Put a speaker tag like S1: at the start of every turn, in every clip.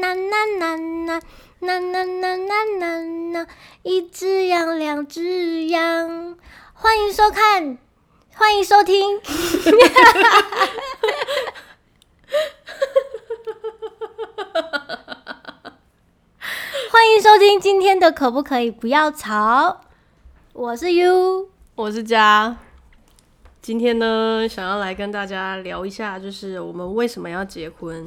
S1: 呐呐呐呐呐呐呐呐，一只羊，两只羊。欢迎收看，欢迎收听。 欢迎收听今天的可不可以不要吵？我是 U，
S2: 我是佳。今天呢，想要来跟大家聊一下，就是我们为什么要结婚。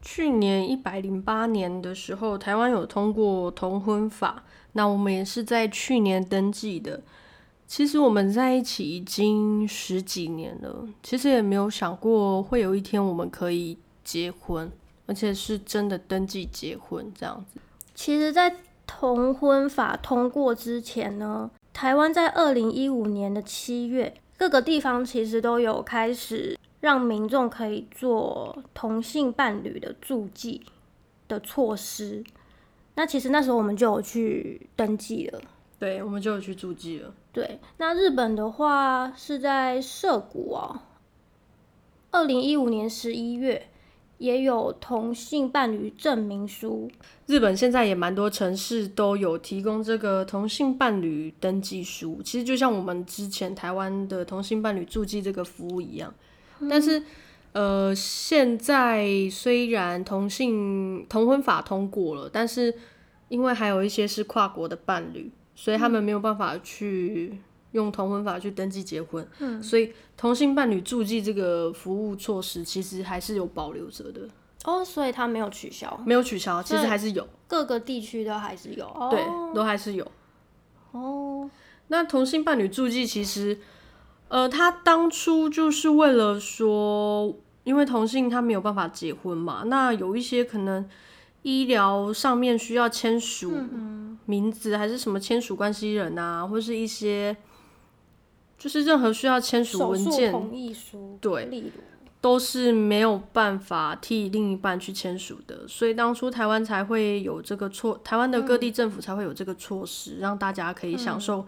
S2: 去年一百零八年的时候，台湾有通过同婚法，那我们也是在去年登记的。其实我们在一起已经十几年了，其实也没有想过会有一天我们可以结婚，而且是真的登记结婚这样子。
S1: 其实，在同婚法通过之前呢，台湾在二零一五年的七月，各个地方其实都有开始让民众可以做同性伴侣的注记的措施。那其实那时候我们就有去登记了。
S2: 对，我们就有去注记了。
S1: 对，那日本的话是在涩谷哦，二零一五年十一月也有同性伴侣证明书。
S2: 日本现在也蛮多城市都有提供这个同性伴侣登记书，其实就像我们之前台湾的同性伴侣注记这个服务一样。但是，呃，现在虽然同性同婚法通过了，但是因为还有一些是跨国的伴侣，所以他们没有办法去用同婚法去登记结婚。嗯，所以同性伴侣注记这个服务措施其实还是有保留着的，
S1: 哦，所以他没有取消，
S2: 没有取消，其实还是有。
S1: 各个地区都还是有。哦、
S2: 对，都还是有。
S1: 哦，
S2: 那同性伴侣助记其实，呃，他当初就是为了说，因为同性他没有办法结婚嘛，那有一些可能医疗上面需要签署
S1: 嗯
S2: 名字，还是什么签署关系人啊，或是一些就是任何需要签署
S1: 手
S2: 文
S1: 术
S2: 件，
S1: 同意书，
S2: 对
S1: 例如，
S2: 都是没有办法替另一半去签署的，所以当初台湾才会有这个措，台湾的各地政府才会有这个措施，让大家可以享受，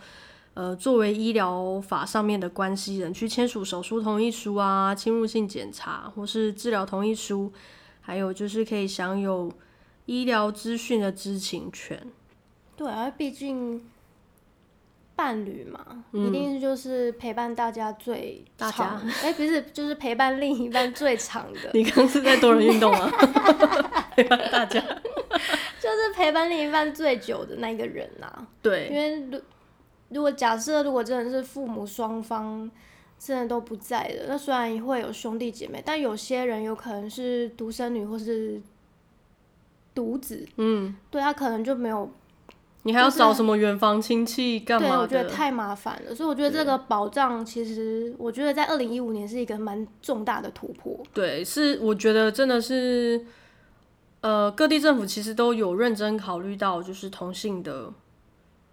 S2: 呃，作为医疗法上面的关系人去签署手术同意书啊、侵入性检查或是治疗同意书，还有就是可以享有医疗资讯的知情权。
S1: 对啊，毕竟伴侣嘛，一定就是陪伴嗯大家最
S2: 大
S1: 长， 哎、不是，就是陪伴另一半最长的，
S2: 你刚刚是在多人运动 吗？ 啊
S1: 就是陪伴另一半最久的那个人啊呐、因
S2: 对，
S1: 为如如果假设如果真的是父母双方真的都不在的，那虽然会有兄弟姐妹，但有些人有可能是独生女或是独子，
S2: 嗯，
S1: 对他可能就没有。
S2: 你还要找什么远房亲戚干
S1: 对，
S2: 嘛
S1: 我觉得
S2: 的？
S1: 太麻烦了，所以我觉得这个保障其实，我觉得在二零一五年是一个蛮重大的突破。
S2: 对，是我觉得真的是，呃，各地政府其实都有认真考虑到，就是同性的，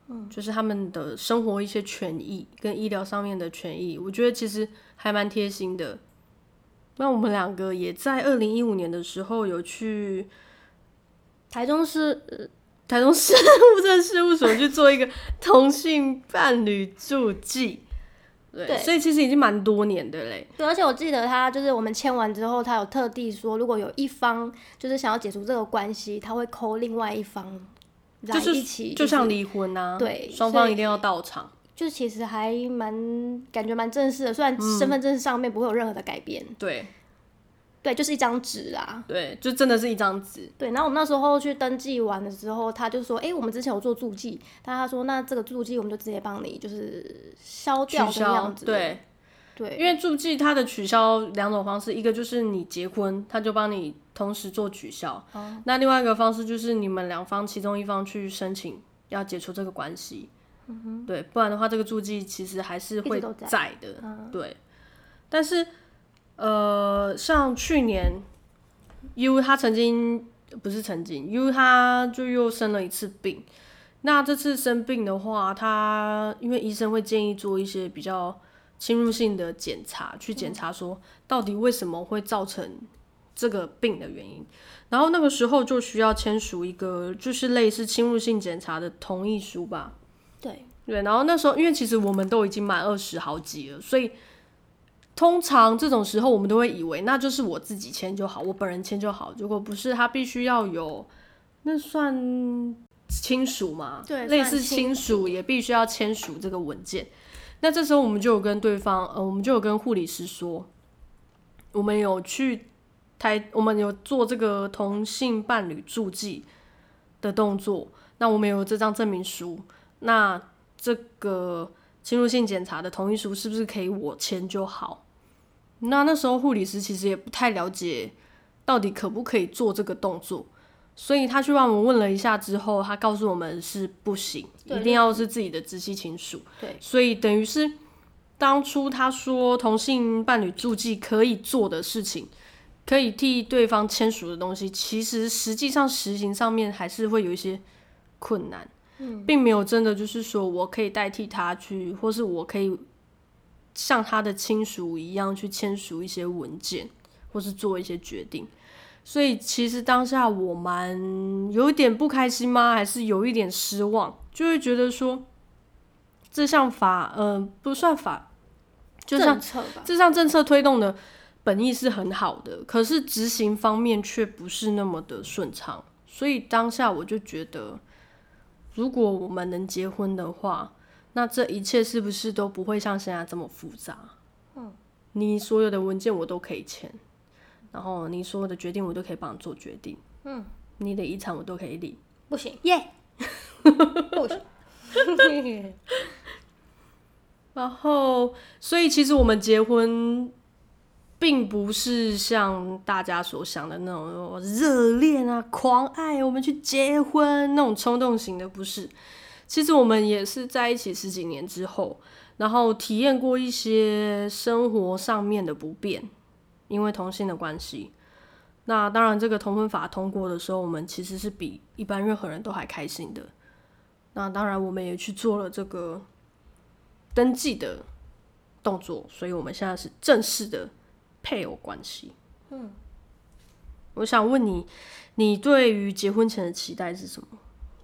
S2: 嗯，就是他们的生活一些权益跟医疗上面的权益，我觉得其实还蛮贴心的。那我们两个也在二零一五年的时候有去
S1: 台中市
S2: 台中市 户政事务所去做 一个同性伴侣助记，对，
S1: 对
S2: 所以其实已经蛮多年的嘞。
S1: 对，而且我记得他就是我们签完之后，他有特地说，如果有一方就是想要解除这个关系，他会扣另外一方来
S2: 就是
S1: 一起，
S2: 就是像离婚啊，
S1: 对
S2: 双
S1: 所
S2: 方
S1: 以
S2: 一定要到场。
S1: 就其实还蛮感觉蛮正式的，虽然身
S2: 嗯
S1: 份证上面不会有任何的改变，
S2: 对
S1: 对，就是一张纸啊。
S2: 对，就真的是一张纸。
S1: 对，然后我们那时候去登记完了之后，他就说：“诶，我们之前有做注记，但他说那这个注记我们就直接帮你就是消掉这
S2: 取
S1: 个
S2: 消
S1: 样子。”
S2: 对，
S1: 对，
S2: 因为注记它的取消两种方式，一个就是你结婚，他就帮你同时做取消；
S1: 哦
S2: 那另外一个方式就是你们两方其中一方去申请要解除这个关系。对，不然的话，这个注记其实还是
S1: 嗯一直
S2: 会
S1: 都在嗯
S2: 的。对，但是呃，像去年 U 他曾经不是曾经 U 他就又生了一次病。那这次生病的话，他因为医生会建议做一些比较侵入性的检查，去检查说到底为什么会造成这个病的原因。然后那个时候就需要签署一个就是类似侵入性检查的同意书吧。
S1: 对，
S2: 对，然后那时候因为其实我们都已经满二十好几了，所以通常这种时候我们都会以为那就是我自己签就好，我本人签就好。如果不是，他必须要有那算亲属吗？
S1: 对
S2: 类
S1: 算
S2: 似
S1: 亲
S2: 亲属也必须要签署这个文件。那这时候我们就有跟对方，呃，我们就有跟护理师说，我们有去台，我们有做这个同性伴侣注记的动作。那我们有这张证明书，那这个侵入性检查的同意书是不是可以我签就好？那那时候护理师其实也不太了解到底可不可以做这个动作，所以他去帮我们问了一下之后，他告诉我们是不行，
S1: 对
S2: 一定要是自己的直系亲属。
S1: 对，
S2: 所以等于是当初他说同性伴侣注记可以做的事情，可以替对方签署的东西，其实实际上实行上面还是会有一些困难，并没有真的就是说我可以代替他去，或是我可以像他的亲属一样去签署一些文件，或是做一些决定。所以其实当下我蛮有一点不开心吗？还是有一点失望，就会觉得说，这项法，呃，不算法，就像
S1: 政策吧，
S2: 这项政策推动的本意是很好的，可是执行方面却不是那么的顺畅。所以当下我就觉得，如果我们能结婚的话，那这一切是不是都不会像现在这么复杂？嗯，你所有的文件我都可以签，然后你所有的决定我都可以帮你做决定。嗯，你的遗产我都可以领。
S1: 不行，耶、不 行，
S2: 然后，所以其实我们结婚，并不是像大家所想的那种哦热恋啊、狂爱，我们去结婚那种冲动型的，不是。其实我们也是在一起十几年之后，然后体验过一些生活上面的不便，因为同性的关系。那当然，这个同婚法通过的时候，我们其实是比一般任何人都还开心的。那当然，我们也去做了这个登记的动作，所以我们现在是正式的配偶关系。嗯，我想问你，你对于结婚前的期待是什么？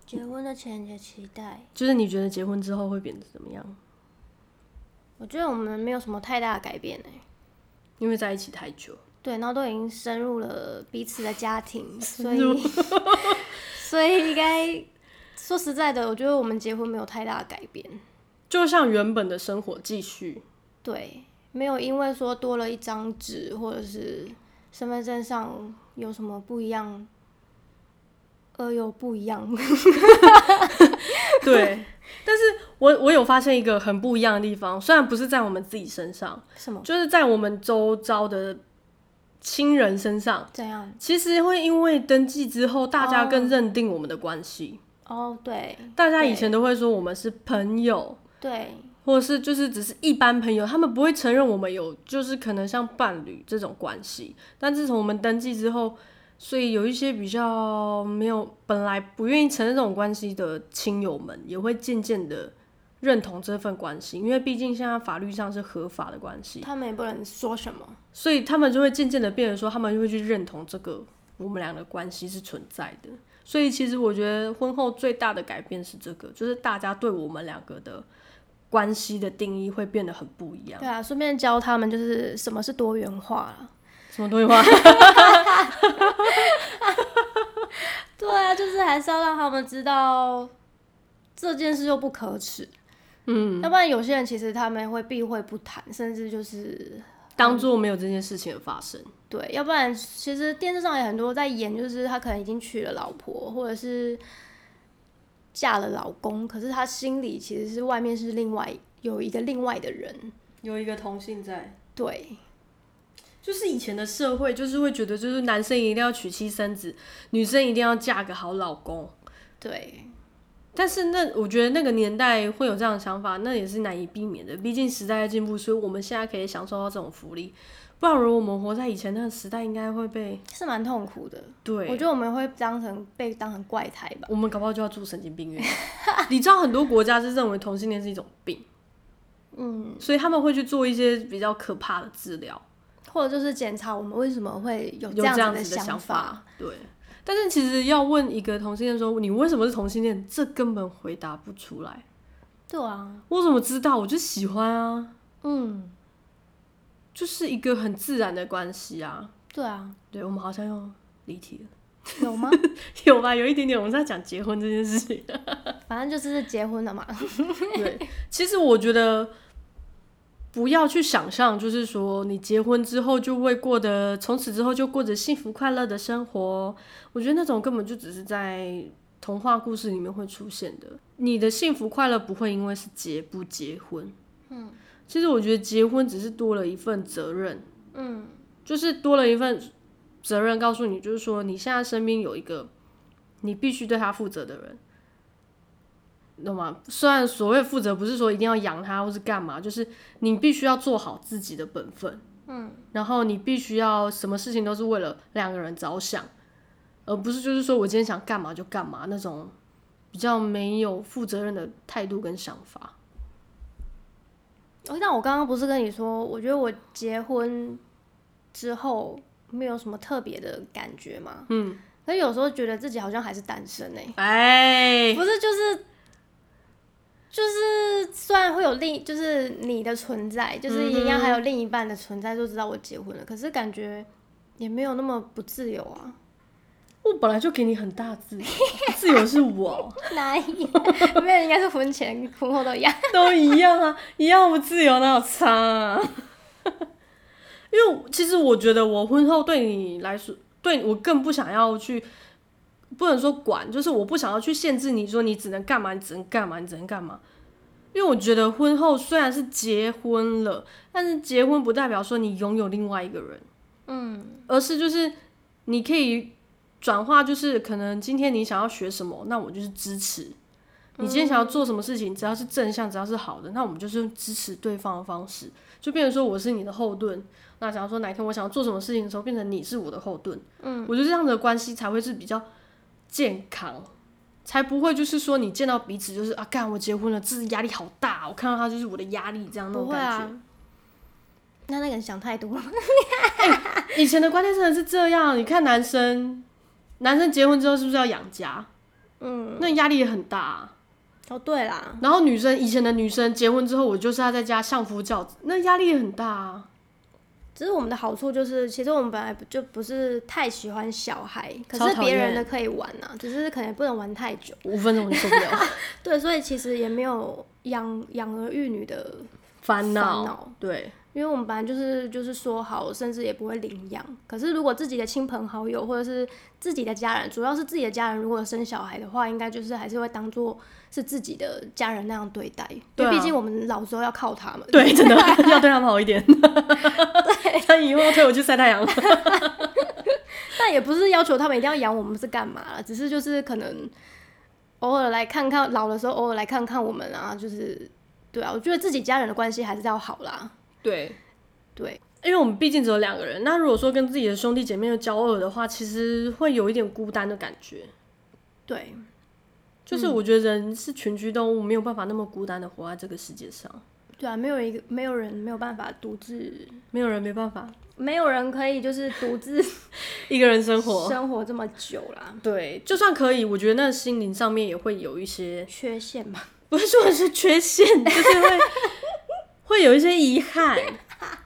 S1: 结婚的前的期待，
S2: 就是你觉得结婚之后会变得怎么样？
S1: 我觉得我们没有什么太大的改变哎、
S2: 因为在一起太久，
S1: 对，然后都已经深入了彼此的家庭，所
S2: 入
S1: 以 所以应该说实在的，我觉得我们结婚没有太大的改变，
S2: 就像原本的生活继续。
S1: 对，没有因为说多了一张纸或者是身份证上有什么不一样，而有不一样，
S2: 对，但是我我有发现一个很不一样的地方，虽然不是在我们自己身上，
S1: 什么
S2: 就是在我们周遭的亲人身上，
S1: 这样？
S2: 其实会因为登记之后，大家更认定我们的关系。
S1: 哦，对
S2: 大家以前都会说我们是朋友，
S1: 对，
S2: 或者是就是只是一般朋友，他们不会承认我们有就是可能像伴侣这种关系。但自从我们登记之后，所以有一些比较没有本来不愿意承认这种关系的亲友们，也会渐渐的认同这份关系，因为毕竟现在法律上是合法的关系，
S1: 他们也不能说什么，
S2: 所以他们就会渐渐的变得说，他们就会去认同这个我们俩的关系是存在的。所以其实我觉得婚后最大的改变是这个，就是大家对我们两个的关系的定义会变得很不一样
S1: 对。啊，顺便教他们就是什么是多元化啦。
S2: 什么对 话？
S1: 对啊，就是还是要让他们知道这件事又不可耻。嗯，要不然有些人其实他们会避讳不谈，甚至就是
S2: 当做没有这件事情的发生。
S1: 对，要不然其实电视上也很多在演，就是他可能已经娶了老婆，或者是嫁了老公，可是他心里其实是外面是另外有一个另外的人。
S2: 有一个同性在，
S1: 对，
S2: 就是以前的社会，就是会觉得，就是男生一定要娶妻生子，女生一定要嫁个好老公。
S1: 对，
S2: 但是那我觉得那个年代会有这样的想法，那也是难以避免的。毕竟时代在进步，所以我们现在可以享受到这种福利。不然，如果我们活在以前那个时代，应该会被
S1: 是蛮痛苦的。
S2: 对，
S1: 我觉得我们会当成被当成怪胎吧。
S2: 我们搞不好就要住神经病 院。你知道，很多国家是认为同性恋是一种病，嗯，所以他们会去做一些比较可怕的治疗。
S1: 或者就是检查我们为什么会有
S2: 有
S1: 这样
S2: 子
S1: 的
S2: 的
S1: 想法，
S2: 法。对，但是其实要问一个同性恋说你为什么是同性恋，这根本回答不出来。
S1: 对啊，
S2: 我怎么知道？我就喜欢啊，
S1: 嗯，
S2: 就是一个很自然的关系啊。
S1: 对啊，
S2: 对我们好像又离题了。
S1: 有吗？
S2: 有吧？有一点点，我们在讲结婚这件事情。
S1: 反正就是结婚了嘛。
S2: 对，其实我觉得不要去想象，就是说你结婚之后就会过得，从此之后就过着幸福快乐的生活。我觉得那种根本就只是在童话故事里面会出现的。你的幸福快乐不会因为是结不结婚。
S1: 嗯
S2: 其实我觉得结婚只是多了一份责任，
S1: 嗯
S2: 就是多了一份责任，告诉你就是说你现在身边有一个你必须对他负责的人，你懂吗？虽然所谓负责不是说一定要养他或是干嘛，就是你必须要做好自己的本分，
S1: 嗯，
S2: 然后你必须要什么事情都是为了两个人着想，而不是就是说我今天想干嘛就干嘛那种比较没有负责任的态度跟想法。
S1: 哦那我刚刚不是跟你说，我觉得我结婚之后没有什么特别的感觉嘛。
S2: 嗯，
S1: 可是有时候觉得自己好像还是单身呢、
S2: 哎，
S1: 不是就是。就是虽然会有另，就是你的存在，就是一样还有另一半的存在，就知道我结婚了。可是感觉也没有那么不自由啊，
S2: 我本来就给你很大自由，自由是我
S1: 哪有？ 没有，应该是婚前婚后都一样。
S2: 都一样啊，一样不自由哪有差啊？ 因为其实我觉得我婚后对你来说，对我更不想要去，不能说管，就是我不想要去限制你说你只能干嘛，你只能干嘛，你只能干嘛。因为我觉得婚后虽然是结婚了，但是结婚不代表说你拥有另外一个人。
S1: 嗯
S2: 而是就是你可以转化，就是可能今天你想要学什么，那我就是支持。你今天想要做什么事情，只要是正向，只要是好的，那我们就是用支持对方的方式，就变成说我是你的后盾。那假如说哪一天我想要做什么事情的时候，变成你是我的后盾，
S1: 嗯，
S2: 我觉得这样的关系才会是比较健康，才不会就是说你见到彼此就是啊，干我结婚了，这压力好大，我看到他就是我的压力这样那
S1: 不
S2: 种
S1: 会
S2: 感觉。
S1: 啊。那那个人想太多 了。
S2: 以前的观念真的是这样，你看男生，男生结婚之后是不是要养家？
S1: 嗯，
S2: 那压力也很大啊、
S1: 哦对啦，
S2: 然后女生，以前的女生结婚之后，我就是要在家相夫教子，那压力也很大啊。
S1: 只是我们的好处就是，其实我们本来不就不是太喜欢小孩，可
S2: 超
S1: 是
S2: 讨
S1: 别人
S2: 厌
S1: 的可以玩啊，只是可能不能玩太久。
S2: 五分钟我就受不了，
S1: 对，所以其实也没有养养儿育女的，
S2: 烦
S1: 烦恼
S2: 恼。对，
S1: 因为我们本来就是就是说好，甚至也不会领养。可是如果自己的亲朋好友或者是自己的家人，主要是自己的家人，如果生小孩的话，应该就是还是会当做是自己的家人那样对待，
S2: 对啊
S1: 因为毕竟我们老时候要靠他们。
S2: 对，啊真的要对他们好一点。 他以后推我去晒太阳。
S1: 但也不是要求他们一定要养我们是干嘛啦，只是就是可能偶尔来看看，老的时候偶尔来看看我们啊，就是对啊，我觉得自己家人的关系还是要好啦。
S2: 对，
S1: 对，
S2: 因为我们毕竟只有两个人，那如果说跟自己的兄弟姐妹有交恶的话，其实会有一点孤单的感觉。
S1: 对，
S2: 就是我觉得人是群居动物，没有办法那么孤单的活在这个世界上。
S1: 对啊，没有一个没有人没有办法独自，
S2: 没有人没办法
S1: 没有人可以就是独自
S2: 一个人生活。
S1: 生活这么久啦，
S2: 对，就算可以，我觉得那心灵上面也会有一些，
S1: 缺陷嘛。
S2: 不是说是缺陷，就是会 会有一些 遗憾，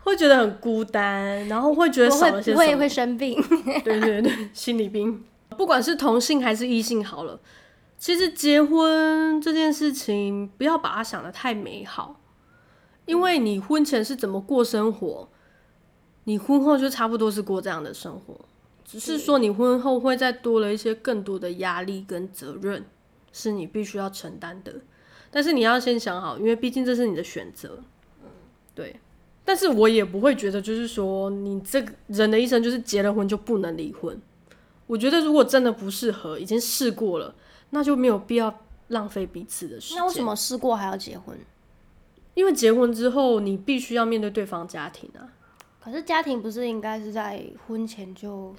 S2: 会觉得很孤单，然后会觉得
S1: 我
S2: 少
S1: 会
S2: 了些
S1: 不
S2: 什
S1: 会
S2: 么。
S1: 会生病？
S2: 对对对，心理病。不管是同性还是异性，好了，其实结婚这件事情，不要把它想得太美好，因为你婚前是怎么过生活，你婚后就差不多是过这样的生活，只是说你婚后会再多了一些更多的压力跟责任，是你必须要承担的。但是你要先想好，因为毕竟这是你的选择。
S1: 嗯
S2: 对。但是我也不会觉得，就是说你这个人的一生就是结了婚就不能离婚。我觉得如果真的不适合，已经试过了，那就没有必要浪费彼此的时间。
S1: 那为什？么试过还要结婚？
S2: 因为结婚之后，你必须要面对对方家庭啊，
S1: 可是家庭不是应该是在婚前就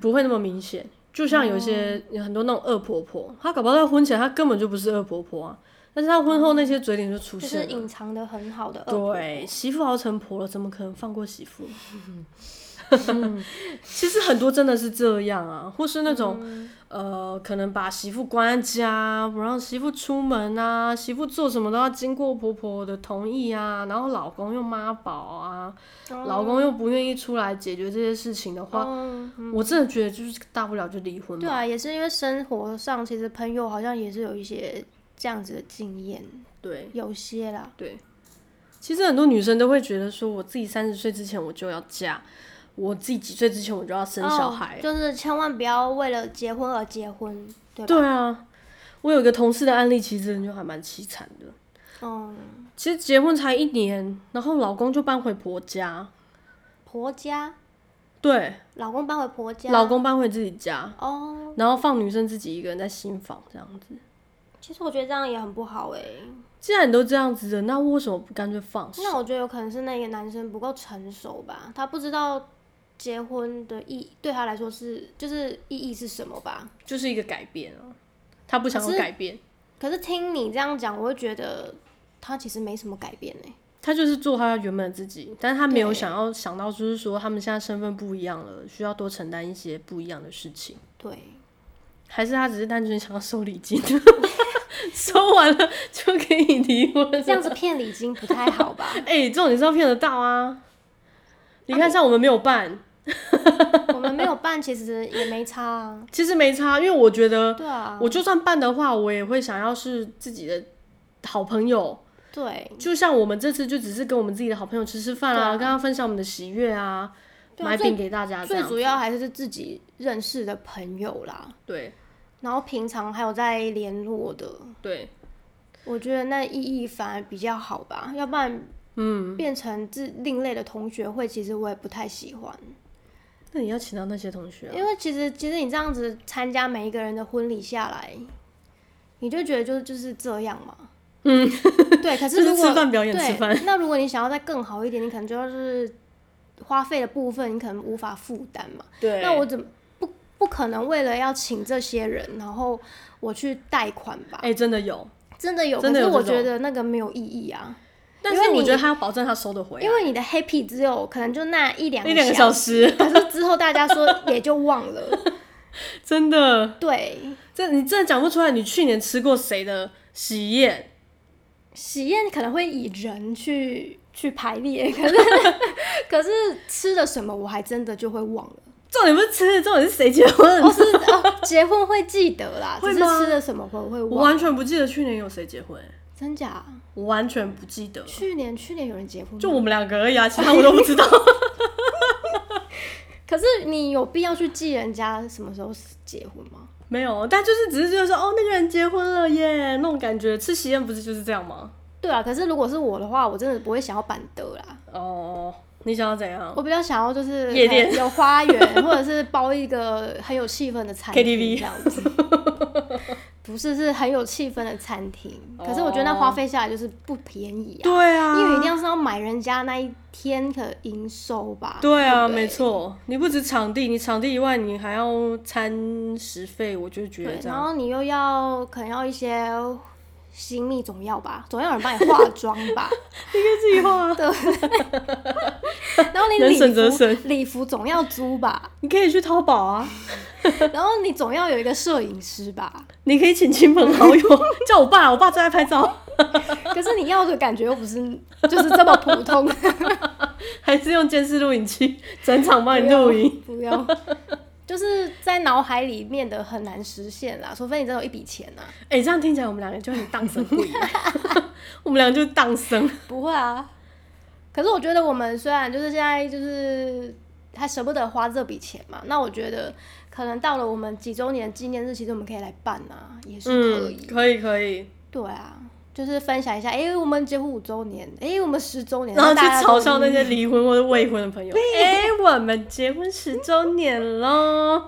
S2: 不会那么明显。就像有一
S1: 哦
S2: 些、有很多那种恶婆婆，她搞不好在婚前她根本就不是恶婆婆啊，但是她婚后那些嘴脸就出
S1: 就是
S2: 现了。
S1: 隐藏的很好的恶果
S2: 对，媳妇熬成婆了，怎么可能放过媳 妇？其实很多真的是这样啊，或是那种、
S1: 嗯
S2: 呃，可能把媳妇关在家，不让媳妇出门啊，媳妇做什么都要经过婆婆的同意啊，然后老公又妈宝啊，啊，
S1: 哦
S2: 老公又不愿意出来解决这些事情的话，
S1: 嗯，
S2: 我真的觉得就是大不了就离婚
S1: 对
S2: 嘛。
S1: 啊，也是因为生活上其实朋友好像也是有一些这样子的经验，
S2: 对
S1: 有些啦，
S2: 对，其实很多女生都会觉得说，我自己三十岁之前我就要嫁，我自己几岁之前我就要生小孩啊
S1: 哦。就是千万不要为了结婚而结婚，对吧？
S2: 对啊，我有一个同事的案例，其实就还蛮凄惨的。
S1: 嗯，
S2: 其实结婚才一年，然后老公就搬回婆家，
S1: 婆家，
S2: 对，
S1: 老公搬回婆家，
S2: 老公搬回自己家，
S1: 哦，
S2: 然后放女生自己一个人在新房这样子。
S1: 其实我觉得这样也很不好哎、
S2: 既然你都这样子了，那为什么不干脆放手？
S1: 那我觉得有可能是那个男生不够成熟吧，他不知道结婚的意对他来说是就是意义是什么吧。
S2: 就是一个改变啊，他不想要
S1: 可是
S2: 改变，
S1: 可是听你这样讲，我会觉得他其实没什么改变欸呢、
S2: 他就是做他原本的自己，但是他没有
S1: 对
S2: 想要想到，就是说他们现在身份不一样了，需要多承担一些不一样的事情，
S1: 对，
S2: 还是他只是单纯想要收礼金， 收完了就可以离婚 了。？
S1: 这样子骗礼金不太好吧
S2: 哎、这种你是要骗得到啊！你看，像我们没有办，
S1: 我们没有办，其实也没差啊。
S2: 其实没差，因为我觉得
S1: 对啊，
S2: 我就算办的话，我也会想要是自己的好朋友，
S1: 对，啊
S2: 就像我们这次就只是跟我们自己的好朋友吃吃饭
S1: 对
S2: 啊，
S1: 啊
S2: 跟他分享我们的喜悦啊，
S1: 对啊
S2: 买饼给大家这
S1: 最
S2: 样。
S1: 主要还是自己认识的朋友啦，
S2: 对
S1: 然后平常还有在联络的，
S2: 对，
S1: 我觉得那意义反而比较好吧，要不然，嗯，变成自另类的同学会，其实我也不太喜欢，
S2: 那你要请到那些同学啊、
S1: 因为其实其实你这样子参加每一个人的婚礼下来，你就觉得就就是这样嘛，嗯， 对。可
S2: 就是是
S1: 如果
S2: 吃饭表演
S1: 对
S2: 吃饭，
S1: 那如果你想要再更好一点，你可能就是花费的部分，你可能无法负担嘛。
S2: 对
S1: 那我怎么不不可能为了要请这些人，然后我去贷款吧？
S2: 哎、真的有，
S1: 真的有，
S2: 真的有
S1: 可是我
S2: 这种
S1: 觉得那个没有意义啊。
S2: 但
S1: 因
S2: 是
S1: 为你
S2: 我觉得他要保证他收得回来
S1: 因为你的 happy 只有可能就那一两
S2: 啊一两个
S1: 小
S2: 小，时，
S1: 可是之后大家说也就忘了。
S2: 真的，
S1: 对，
S2: 这你真的讲不出来，你去年吃过谁的喜宴？
S1: 喜宴可能会以人去去排列，可是 可是吃了什么我还真的就会忘了。
S2: 重点不是吃，重点是谁结婚。
S1: 哦，是 哦，结婚会记得啦，只
S2: 会
S1: 是
S2: 吗
S1: 吃了什么会会
S2: 我
S1: 忘。
S2: 完全不记得去年有谁结婚、
S1: 真假？
S2: 我完全不记得，
S1: 去年去年有人结婚吗，
S2: 就我们两个 而已啊，其他我都不知道。
S1: 可是你有必要去记人家什么时候结婚吗？
S2: 没有，但就是只是觉得说，哦，那个人结婚了耶，那种感觉。吃喜宴不是就是这样吗？
S1: 对啊，可是如果是我的话，我真的不会想要板德啦。
S2: 哦，你想要怎样
S1: 我比较想要就是
S2: 夜店
S1: 有花 园，或者是包一个很有气氛的餐厅
S2: KTV
S1: 这样子。不是，是很有气氛的餐厅。
S2: 哦
S1: 可是我觉得那花费下来就是不便宜啊，
S2: 对啊，
S1: 因为一定要是要买人家那一天的营收吧。
S2: 对啊，
S1: 不
S2: 没。错。你不止场地，你场地以外，你还要餐食费，我就觉得
S1: 对，
S2: 这
S1: 然
S2: 样。
S1: 后你又要可能要一些新密总要吧，总要有人帮你化妆吧。
S2: 你可以自己画、啊，
S1: 然后你
S2: 能
S1: 礼
S2: 省则
S1: 服礼服总要租吧，
S2: 你可以去淘宝啊，
S1: 然后你总要有一个摄影师吧。
S2: 你可以请亲朋好 友，叫我爸，我爸最爱拍照，
S1: 可是你要的感觉又不是就是这么普通，
S2: 还是用监视录影器，整场帮你录影。
S1: 不要，就是在脑海里面的很难实现啦，除非你真的有一笔钱啊呐、
S2: 哎、这样听起来我们两个就很荡生不一 样，我们两个就是荡生。
S1: 不会啊，可是我觉得我们虽然就是现在就是还舍不得花这笔钱嘛，那我觉得可能到了我们几周年纪念日，其实我们可以来办啊，也是可以。
S2: 嗯可以可以，
S1: 对啊，就是分享一下，哎、我们结婚五周年，哎、我们十周年，
S2: 然后去
S1: 大家
S2: 嘲
S1: 都
S2: 笑那
S1: 嗯
S2: 些离婚或者未婚的朋友。哎、我们结婚十周年喽。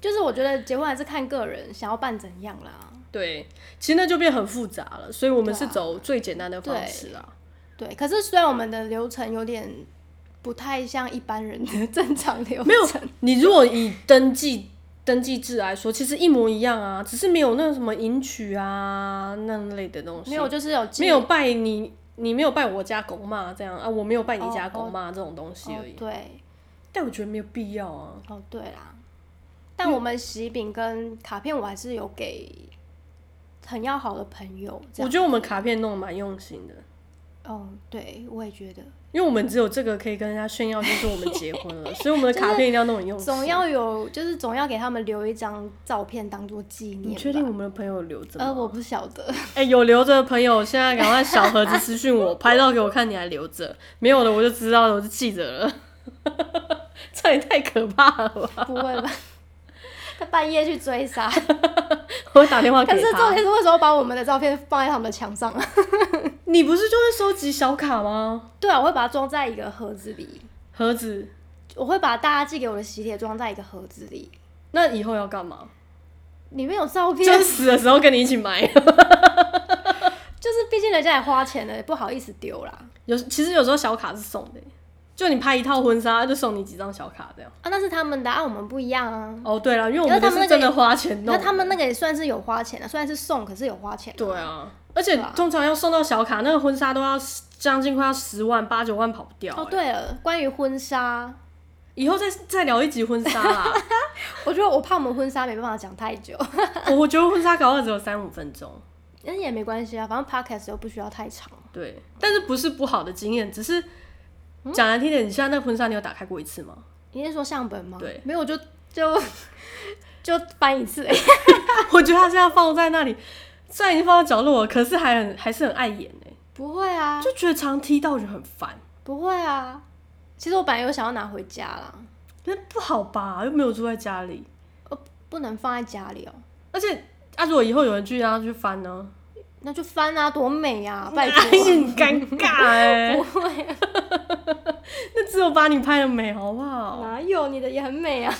S1: 就是我觉得结婚还是看个人想要办怎样啦。
S2: 对，其实那就变很复杂了，所以我们
S1: 对啊
S2: 是走最简单的方式啊。
S1: 对，可是虽然我们的流程有点不太像一般人的正常流程，
S2: 没有，你如果以登记登记制来说，其实一模一样啊，只是没有那个什么迎娶啊那类的东西，
S1: 没有，就是有记
S2: 没有拜你，你没有拜我家公妈这样啊，我没有拜你家
S1: 哦
S2: 公妈这种东西
S1: 哦
S2: 而已。，
S1: 对，
S2: 但我觉得没有必要啊。
S1: 哦对啦，但
S2: 嗯
S1: 我们喜饼跟卡片我还是有给很要好的朋友，这样，
S2: 我
S1: 哦
S2: 觉得我们卡片弄得蛮用心的，
S1: 嗯，对，我也觉得，
S2: 因为我们只有这个可以跟人家炫耀，就是我们结婚 了，所以我们的卡片一定要弄很用心。
S1: 总要有，就是总要给他们留一张照片当做纪念。
S2: 你确定我？们的朋友有留着吗？
S1: 呃，我不晓得。
S2: 哎、有留着的朋友，现在赶快小盒子私讯我，拍照给我看，你还留着？没有的我就知道了，我就记着了。 这也太可怕了吧！
S1: 不 会吧？他半夜去追杀，
S2: 我会打电话给
S1: 但
S2: 他。
S1: 是重点是为什么把我们的照片放在他们的墙上啊？
S2: 你不是就会收集小卡吗？
S1: 对啊，我会把它装在一个盒子里，
S2: 盒子，
S1: 我会把大家寄给我的喜帖装在一个盒子里，
S2: 那以后要干嘛？
S1: 里面有照片，
S2: 就死的时候跟你一起埋。
S1: 就是毕竟人家也花钱了，也不好意思丢啦。
S2: 有其实有时候小卡是送的，就你拍一套婚纱，就送你几张小卡这样。
S1: 啊，那是他们的啊，我们不一样啊。
S2: 哦，对了，因为我
S1: 可是
S2: 们
S1: 他
S2: 就
S1: 们那个
S2: 是真的花钱弄
S1: 那
S2: 的。
S1: 他们那个也算是有花钱的、啊虽然是送，可是有花钱、
S2: 对，啊，而且通常要送到小卡，那个婚纱都要将近快要十万、八九万跑不掉、
S1: 哦，
S2: 欸
S1: 对了，关于婚纱，
S2: 以后再再聊一集婚纱啦。
S1: 我觉得我怕我们婚纱没办法讲太久，
S2: 我我觉得婚纱搞到只有三五分钟，
S1: 但是也没关系啊，反正 podcast 又不需要太长。
S2: 对，但是不是不好的经验，只是
S1: 嗯
S2: 讲难听点，你现在那个婚纱你有打开过一次吗？
S1: 你是说相本吗？
S2: 对
S1: 没有就就就翻一次、欸，
S2: 我觉得它现在放在那里，虽然已经放到角落了，可是还很还是很碍眼哎、
S1: 不会啊，
S2: 就觉得常踢到就很烦，
S1: 不会啊。其实我本来有想要拿回家啦，
S2: 那不好吧？又没有住在家里，
S1: 呃，不能放在家里哦、
S2: 而且啊，如果以后有人去让他去翻呢，
S1: 那就翻啊，多美啊，拜托。
S2: 哎 很尴尬 哎、
S1: 不会、啊，
S2: 那只有把你拍的美好不好？
S1: 哪有你的也很美啊。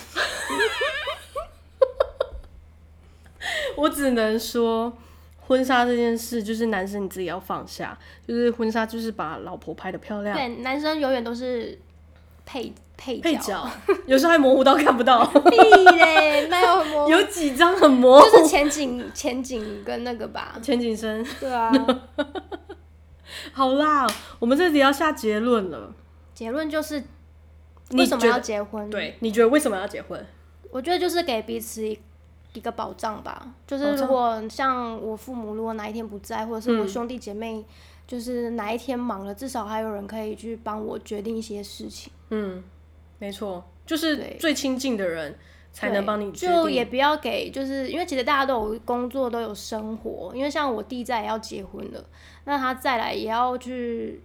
S2: 我只能说，婚纱这件事就是男生你自己要放下，就是婚纱就是把老婆拍的漂亮，
S1: 对，男生永远都是配配
S2: 配角，有时候还模糊到看 不到，
S1: 屁嘞，没有模糊，
S2: 有几张很模 糊，
S1: 就是前景前景跟那个吧。
S2: 前景深。
S1: 对啊，
S2: 好啦，我们这里要下结论了。
S1: 结论就是
S2: 你
S1: 为什么
S2: 觉得
S1: 要结婚？，
S2: 对，你觉得为什么要结婚？
S1: 我觉得就是给彼此一一个保障吧。就是
S2: 保障
S1: 如果像我父母，如果哪一天不在，或者是我
S2: 嗯
S1: 兄弟姐妹，就是哪一天忙了，至少还有人可以去帮我决定一些事情。
S2: 嗯，没错，就是
S1: 对
S2: 最亲近的人才
S1: 对
S2: 能帮你决定。
S1: 就也不要给，就是因为其实大家都有工作，都有生活，因为像我弟在也要结婚了，那他再来也要去，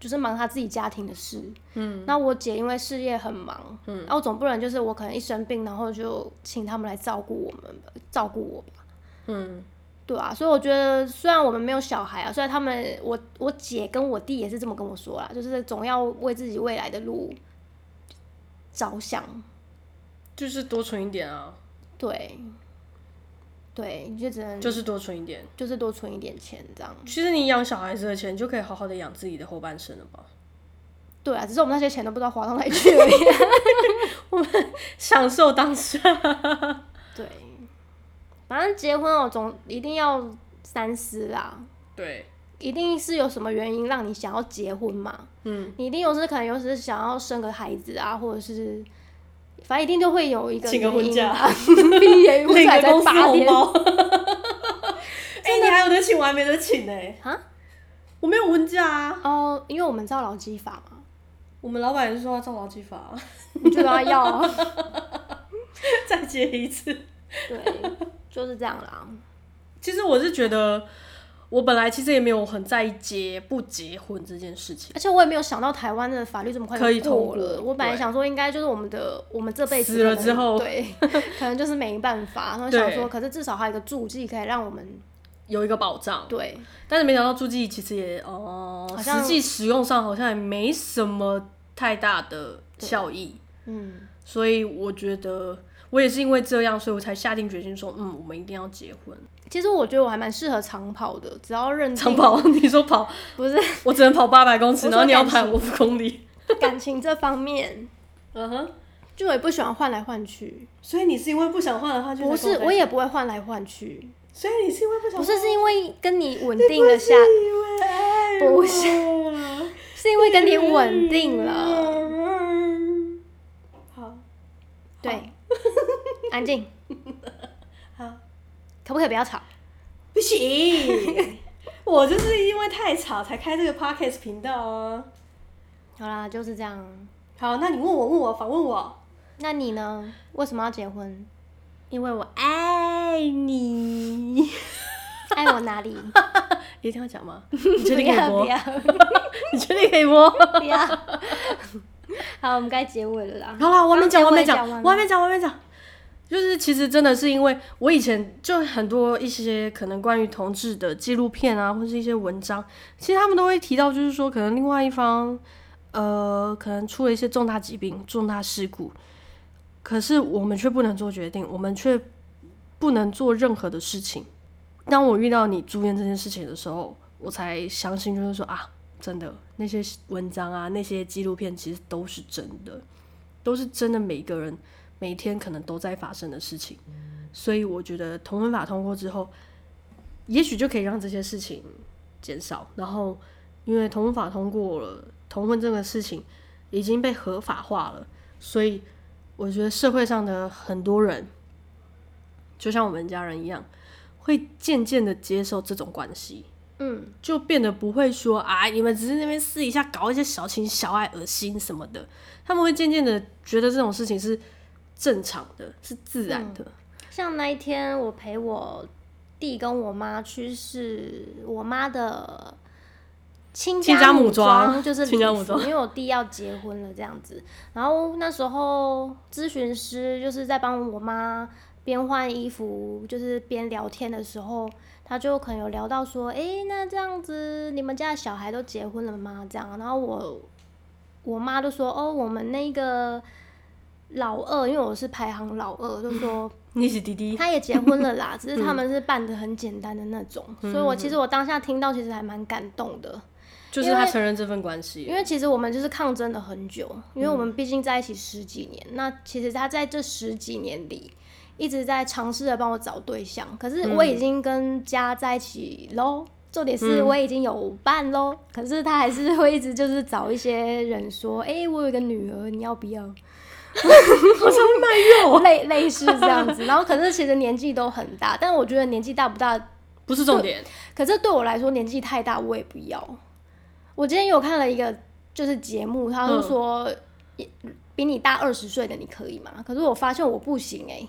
S1: 就是忙他自己家庭的事。嗯，那我姐因为事业很忙，嗯，那我总不能就是我可能一生病，然后就请他们来照顾我们吧，照顾我吧。
S2: 嗯，
S1: 对啊，所以我觉得虽然我们没有小孩啊，虽然他们我我姐跟我弟也是这么跟我说啦，就是总要为自己未来的路着想。
S2: 就是多存一点啊，
S1: 对，对，你就只能
S2: 就是多存一点。
S1: 就是多存一点钱这样。
S2: 其实你养小孩子的钱，你就可以好好的养自己的后半生了吧？
S1: 对啊，只是我们那些钱都不知道花到哪里去 而已。
S2: 享受当下。
S1: 对， 反正结婚哦，总一定要三思啦，
S2: 对，
S1: 一定是有什么原因让你想要结婚嘛？
S2: 嗯，
S1: 你一定有时可能有时想要生个孩子啊，或者是。反正一定就会有一个
S2: 请个婚
S1: 原因
S2: 假
S1: 啦，毕业不
S2: 领
S1: 才
S2: 个
S1: 才
S2: 公司
S1: 八
S2: 红
S1: 天
S2: 包。哎、你还有得请，我还没得请呢、
S1: 啊？
S2: 我没有婚假啊。
S1: 哦，因为我们照劳基法嘛，
S2: 我们老板也是说要照劳基法、啊，
S1: 你就要要啊，
S2: 再结一次。
S1: 对，就是这样啦。
S2: 其实我是觉得，我本来其实也没有很在意结不结婚这件事情，
S1: 而且我也没有想到台湾的法律这么快就
S2: 可以
S1: 过
S2: 通过
S1: 了。我本来
S2: 对
S1: 想说，应该就是我们的我们这辈子
S2: 死了
S1: 可能
S2: 之后
S1: 对， 可能就是没办法。然后想
S2: 对
S1: 说，可是至少还有一个注记可以让我们
S2: 有一个保障。
S1: 对
S2: 但是没想到助记其实也哦、
S1: 好像
S2: 实际使用上好像也没什么太大的效益，
S1: 嗯
S2: 所以我觉得我也是因为这样，所以我才下定决心说，嗯，我们一定要结婚。
S1: 其实我觉得我还蛮适合长跑的，只要认定
S2: 长跑， 你说跑，
S1: 不是
S2: 我只能跑八百公尺，
S1: 我说
S2: 然后你要
S1: 感
S2: 跑五公里。
S1: 感情这方面，
S2: 嗯哼，
S1: 就我也不喜欢换来换去，
S2: 所以你是因为不想换的话，就
S1: 不是我，也不会换来换去，
S2: 所以你是因为不想
S1: 不是是因为跟你稳定了下，
S2: 因为爱
S1: 不是
S2: 我
S1: 是因为跟你稳定
S2: 嗯
S1: 了，
S2: 好，
S1: 对，安静，
S2: 好，
S1: 可不可以不要吵？
S2: 不行，我就是因为太吵才开这个 podcast 频道啊。
S1: 好啦，就是这样。
S2: 好，那你问我问我反问我，
S1: 那你呢？为什么要结 婚？
S2: 因为我爱你，
S1: 爱我哪里？
S2: 一定要讲吗？你确
S1: 不
S2: 定可以
S1: 要
S2: 播
S1: 不？要
S2: 你确定可以播？
S1: 不要。 好，我们该结尾了啦。
S2: 好啦，我还没讲，
S1: 刚
S2: 我还没
S1: 啊结尾
S2: 讲
S1: 讲完，
S2: 我还没讲，我还没讲。就是其实真的是因为我以前就很多一些可能关于同志的纪录片啊，或是一些文章，其实他们都会提到，就是说可能另外一方，呃，可能出了一些重大疾病、重大事故，可是我们却不能做决定，我们却不能做任何的事情。当我遇到你住院这件事情的时候，我才相信，就是说啊，真的那些文章啊，那些纪录片其实都是真的。都是真的每一个人每天可能都在发生的事情，所以我觉得同婚法通过之后，也许就可以让这些事情减少。然后，因为同婚法通过了，同婚这个事情已经被合法化了，所以我觉得社会上的很多人，就像我们家人一样，会渐渐的接受这种关系。
S1: 嗯，
S2: 就变得不会说啊，你们只是那边试一下搞一些小情小爱、恶心什么的，他们会渐渐的觉得这种事情是正常的，是自然的。
S1: 像那一天我陪我弟跟我妈去是我妈的亲
S2: 亲家
S1: 母
S2: 母妆
S1: 就是
S2: 亲
S1: 礼
S2: 家母
S1: 服
S2: 妆
S1: 因为我弟要结婚了这样子。然后那时候咨询师就是在帮我妈边换衣服，就是边聊天的时候，他就可能有聊到说，诶，那这样子你们家的小孩都结婚了吗？这样，然后我我妈就说，哦，我们那个老二，因为我是排行老二，就说。
S2: 你是弟弟，
S1: 他也结婚了啦，只是他们是办的很简单的那种，所以我其实我当下听到其实还蛮感动的，
S2: 就是他承认这份关系
S1: 因，为其实我们就是抗争了很久，因为我
S2: 嗯
S1: 们毕竟在一起十几年，那其实他在这十几年里一直在尝试着帮我找对象，可是
S2: 嗯
S1: 我已经跟家在一起喽。重点是我已经有伴喽，可是他还是 会一直就是找一些人说，哎、我有一个女儿，你要不要？
S2: 好像卖肉，啊
S1: 类类似这样子，然后可是其实年纪都很大，但我觉得年纪大不大
S2: 不是重点。
S1: 可是对我来说年纪太大，我也不要。我今天有看了一个就是节目，他就说、比你大二十岁的你可以吗？可是我发现我不行哎、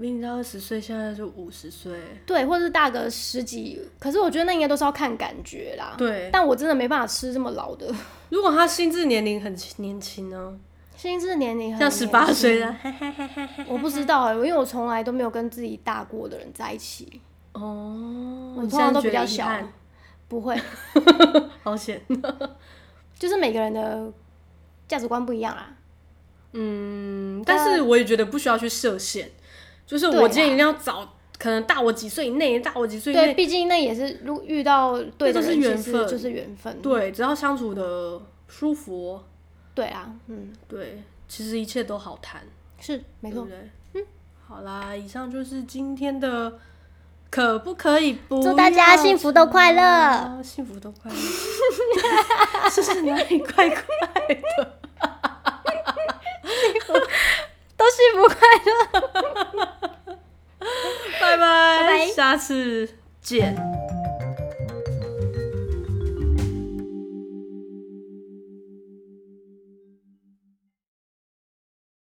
S2: 比你大二十岁，现在就五十岁，
S1: 对，或是大个十几，可是我觉得那应该都是要看感觉啦。
S2: 对。
S1: 但我真的没办法吃这么老的，
S2: 如果他心智年龄很轻年轻呢，
S1: 心智年龄很
S2: 像
S1: 年
S2: 十八
S1: 轻
S2: 岁，的，
S1: 我不知道哎、因为我从来都没有跟自己大过的人在一起，
S2: 哦，
S1: 我
S2: 你
S1: 通
S2: 现
S1: 常
S2: 在
S1: 都
S2: 觉
S1: 比
S2: 得
S1: 较
S2: 遗
S1: 小
S2: 憾，
S1: 不会，
S2: 好险。
S1: 就是每个人的价值观不一样啊。
S2: 嗯，但是我也觉得不需要去设限，就是
S1: 对啦
S2: 我今天一定要找可能大我几岁以内，大我几岁以
S1: 对，
S2: 内，
S1: 毕竟那也是如遇到对的
S2: 这都是
S1: 人，
S2: 缘
S1: 其实
S2: 分
S1: 就是缘分。
S2: 对，只要相处的舒服，
S1: 对啊，嗯，
S2: 对，其实一切都好谈，
S1: 是没
S2: 对
S1: 错
S2: 不。对？嗯，好啦，以上就是今天的，可不可以不
S1: 祝大家
S2: 要
S1: 幸福都快乐
S2: 啊幸福都快乐， 是不是哪里怪怪？
S1: 都幸福快乐。
S2: 拜拜，
S1: 拜拜
S2: 下次见。